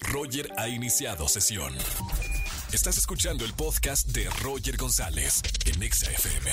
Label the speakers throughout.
Speaker 1: Roger ha iniciado sesión. Estás escuchando el podcast de Roger González en Exa FM.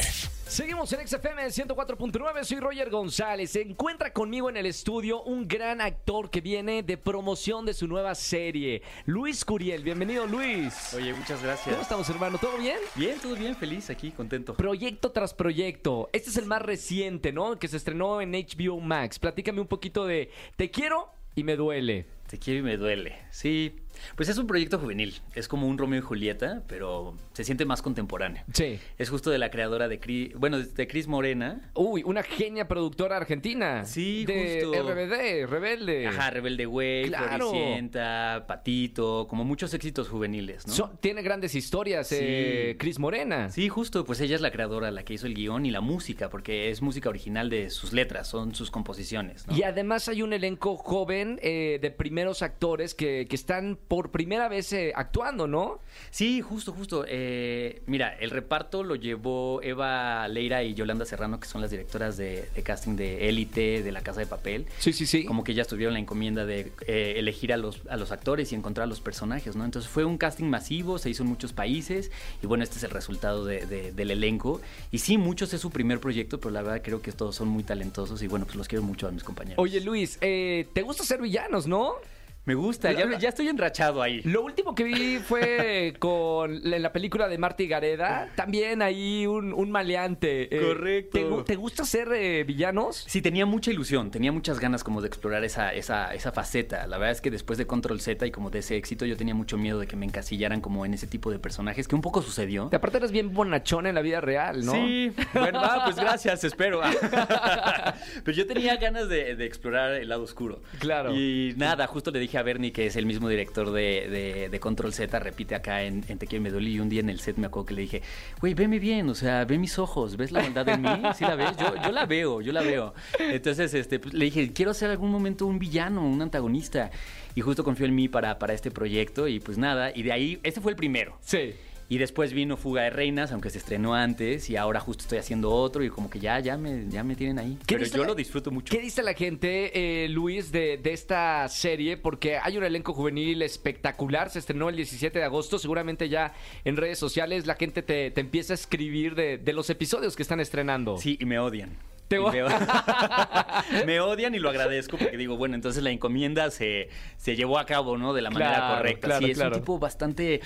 Speaker 2: Seguimos en XFM 104.9, soy Roger González. Se encuentra conmigo en el estudio un gran actor que viene de promoción de su nueva serie, Luis Curiel. Bienvenido, Luis.
Speaker 3: Oye, muchas
Speaker 2: ¿Cómo
Speaker 3: gracias.
Speaker 2: estamos, hermano? ¿Todo bien?
Speaker 3: Bien, todo bien, feliz aquí, contento.
Speaker 2: Proyecto tras proyecto. Este es el más reciente, ¿no? Que se estrenó en HBO Max. Platícame un poquito de Te quiero y me duele.
Speaker 3: Te quiero y me duele. Sí, pues es un proyecto juvenil. Es como un Romeo y Julieta, pero se siente más contemporáneo.
Speaker 2: Sí.
Speaker 3: Es justo de la creadora de Cris, bueno, de Cris Morena.
Speaker 2: Uy, una genia productora argentina.
Speaker 3: Sí,
Speaker 2: de
Speaker 3: justo.
Speaker 2: RBD, Rebelde.
Speaker 3: eh, Ajá, Rebelde Güey,
Speaker 2: Claro.
Speaker 3: Floricienta, Patito, como muchos éxitos juveniles, ¿no?
Speaker 2: So- tiene grandes historias,
Speaker 3: Sí.
Speaker 2: eh, Cris Morena.
Speaker 3: Sí, justo, pues ella es la creadora, la que hizo el guión y la música, porque es música original de sus letras, son sus composiciones, ¿no?
Speaker 2: Y además hay un elenco joven eh, de primeros actores que, que están por primera vez eh, actuando, ¿no?
Speaker 3: Sí, justo, justo. Eh, mira, el reparto lo llevó Eva Leira y Yolanda Serrano, que son las directoras de, de casting de Élite, de La Casa de Papel.
Speaker 2: Sí, sí, sí.
Speaker 3: Como que ellas tuvieron la encomienda de eh, elegir a los, a los actores y encontrar a los personajes, ¿no? Entonces fue un casting masivo, se hizo en muchos países y bueno, este es el resultado de- de- del elenco. Y sí, muchos es su primer proyecto, pero la verdad creo que todos son muy talentosos y bueno, pues los quiero mucho a mis compañeros.
Speaker 2: Oye, Luis, eh, ¿te gusta ser villanos, no?
Speaker 3: me gusta, ya, ya estoy enrachado ahí.
Speaker 2: Lo último que vi fue con la- en la película de Marty Gareda, también ahí un, un maleante. Eh,
Speaker 3: Correcto.
Speaker 2: ¿te, gu- te gusta ser eh, villanos?
Speaker 3: Sí, tenía mucha ilusión, tenía muchas ganas como de explorar esa, esa, esa faceta. La verdad es que después de Control Z y como de ese éxito, yo tenía mucho miedo de que me encasillaran como en ese tipo de personajes, que un poco sucedió.
Speaker 2: Te aparte eres bien bonachón en la vida real, ¿no?
Speaker 3: Sí, bueno, ah, pues gracias, espero. Pero yo tenía ganas de, de explorar el lado oscuro.
Speaker 2: Claro.
Speaker 3: Y nada, justo le dije a Bernie, que es el mismo director de, de- de Control Z, repite acá en, en Te quiero y me duele, y un día en el set me acuerdo que le dije, güey, veme bien, o sea, ve mis ojos, ¿ves la maldad en mí? ¿Sí la ves? Yo, yo la veo, yo la veo. Entonces este, pues, le dije, quiero ser algún momento un villano, un antagonista. Y justo confió en mí para, para este proyecto y pues nada, y de ahí, este fue el primero.
Speaker 2: Sí.
Speaker 3: Y después vino Fuga de Reinas, aunque se estrenó antes, y ahora justo estoy haciendo otro, y como que ya, ya me, ya me tienen ahí.
Speaker 2: ¿Qué
Speaker 3: Pero
Speaker 2: dice
Speaker 3: yo
Speaker 2: la-
Speaker 3: lo disfruto mucho.
Speaker 2: ¿Qué dice la gente, eh, Luis, de, de esta serie? Porque hay un elenco juvenil espectacular, se estrenó el 17 de agosto, seguramente ya en redes sociales la gente te, te empieza a escribir de, de los episodios que están estrenando.
Speaker 3: Sí, y me odian.
Speaker 2: Te
Speaker 3: Y
Speaker 2: o-
Speaker 3: me, o- me odian y lo agradezco porque digo, bueno, entonces la encomienda se, se llevó a cabo, ¿no? De la manera
Speaker 2: Claro,
Speaker 3: correcta.
Speaker 2: claro,
Speaker 3: sí, es
Speaker 2: claro.
Speaker 3: un tipo bastante,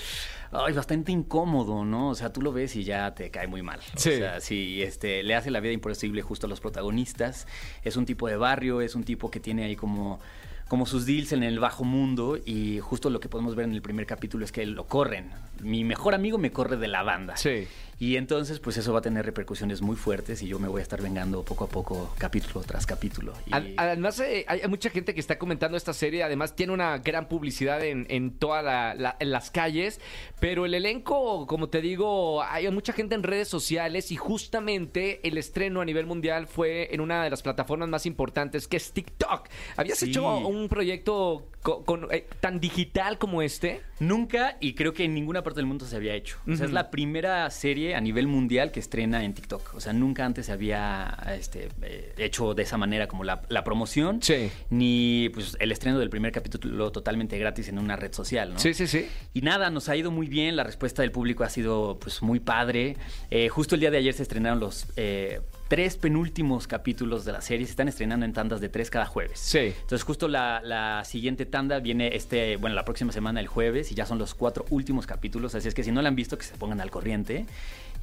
Speaker 3: ay, bastante incómodo, ¿no? O sea, tú lo ves y ya te cae muy mal.
Speaker 2: Sí.
Speaker 3: O sea, sí, este, le hace la vida imposible justo a los protagonistas. Es un tipo de barrio, es un tipo que tiene ahí como como sus deals en el bajo mundo y justo lo que podemos ver en el primer capítulo es que lo corren. Mi mejor amigo me corre de la banda.
Speaker 2: Sí.
Speaker 3: Y entonces, pues eso va a tener repercusiones muy fuertes y yo me voy a estar vengando poco a poco, capítulo tras capítulo. Y-
Speaker 2: Ad- Además, eh, hay hay mucha gente que está comentando esta serie. Además, tiene una gran publicidad en, en todas las calles. Pero el elenco, como te digo, hay mucha gente en redes sociales. Y justamente el estreno a nivel mundial fue en una de las plataformas más importantes, que es TikTok. ¿Habías
Speaker 3: Sí.
Speaker 2: hecho un proyecto co- con- eh, tan digital como este?
Speaker 3: Nunca y creo que en ninguna parte del mundo se había hecho. O sea, es
Speaker 2: Ujú.
Speaker 3: la primera serie a nivel mundial que estrena en TikTok. O sea, nunca antes se había este, eh, hecho de esa manera como la, la promoción.
Speaker 2: Sí.
Speaker 3: Ni pues el estreno del primer capítulo totalmente gratis en una red social, ¿no?
Speaker 2: Sí, sí, sí.
Speaker 3: Y nada, nos ha ido muy bien, la respuesta del público ha sido pues muy padre. Eh, justo el día de ayer se estrenaron los eh, tres penúltimos capítulos de la serie, se están estrenando en tandas de tres cada jueves.
Speaker 2: Sí.
Speaker 3: Entonces justo la, la siguiente tanda viene este, bueno, la próxima semana el jueves y ya son los cuatro últimos capítulos, así es que si no la han visto que se pongan al corriente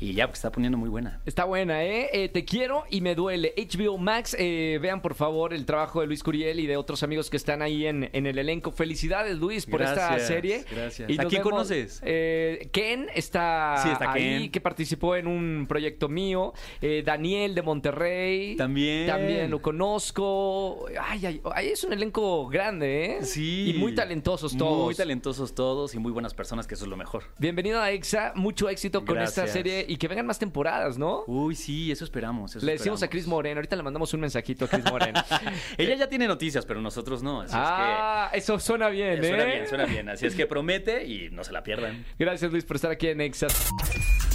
Speaker 3: y ya pues está poniendo muy buena.
Speaker 2: Está buena, ¿eh? Eh, Te quiero y me duele. HBO Max, eh, vean por favor el trabajo de Luis Curiel y de otros amigos que están ahí en, en el elenco. Felicidades, Luis, por esta
Speaker 3: Gracias,
Speaker 2: serie.
Speaker 3: gracias.
Speaker 2: nos
Speaker 3: ¿A quién
Speaker 2: vemos-
Speaker 3: conoces?
Speaker 2: eh, Ken está,
Speaker 3: Sí, está
Speaker 2: ahí,
Speaker 3: Ken.
Speaker 2: que participó en un proyecto mío. Eh, Daniel de Monterrey.
Speaker 3: También.
Speaker 2: También lo conozco. Ay, ay, ay, es un elenco grande, ¿eh? Y muy talentosos todos.
Speaker 3: Muy talentosos todos y muy buenas personas, que eso es lo mejor.
Speaker 2: Bienvenido a EXA. Mucho éxito con esta
Speaker 3: Gracias.
Speaker 2: serie y que vengan más temporadas, ¿no?
Speaker 3: Uy, sí, eso esperamos. eso
Speaker 2: Le decimos a
Speaker 3: esperamos.
Speaker 2: Cris Moreno, ahorita le mandamos un mensajito a Cris Moreno.
Speaker 3: Ella ya tiene noticias, pero nosotros no. Así
Speaker 2: ah, eso suena
Speaker 3: es
Speaker 2: bien,
Speaker 3: que.
Speaker 2: ¿eh?
Speaker 3: Suena bien, suena bien. Así es que promete y no se la pierdan.
Speaker 2: Gracias Luis por estar aquí en Exa.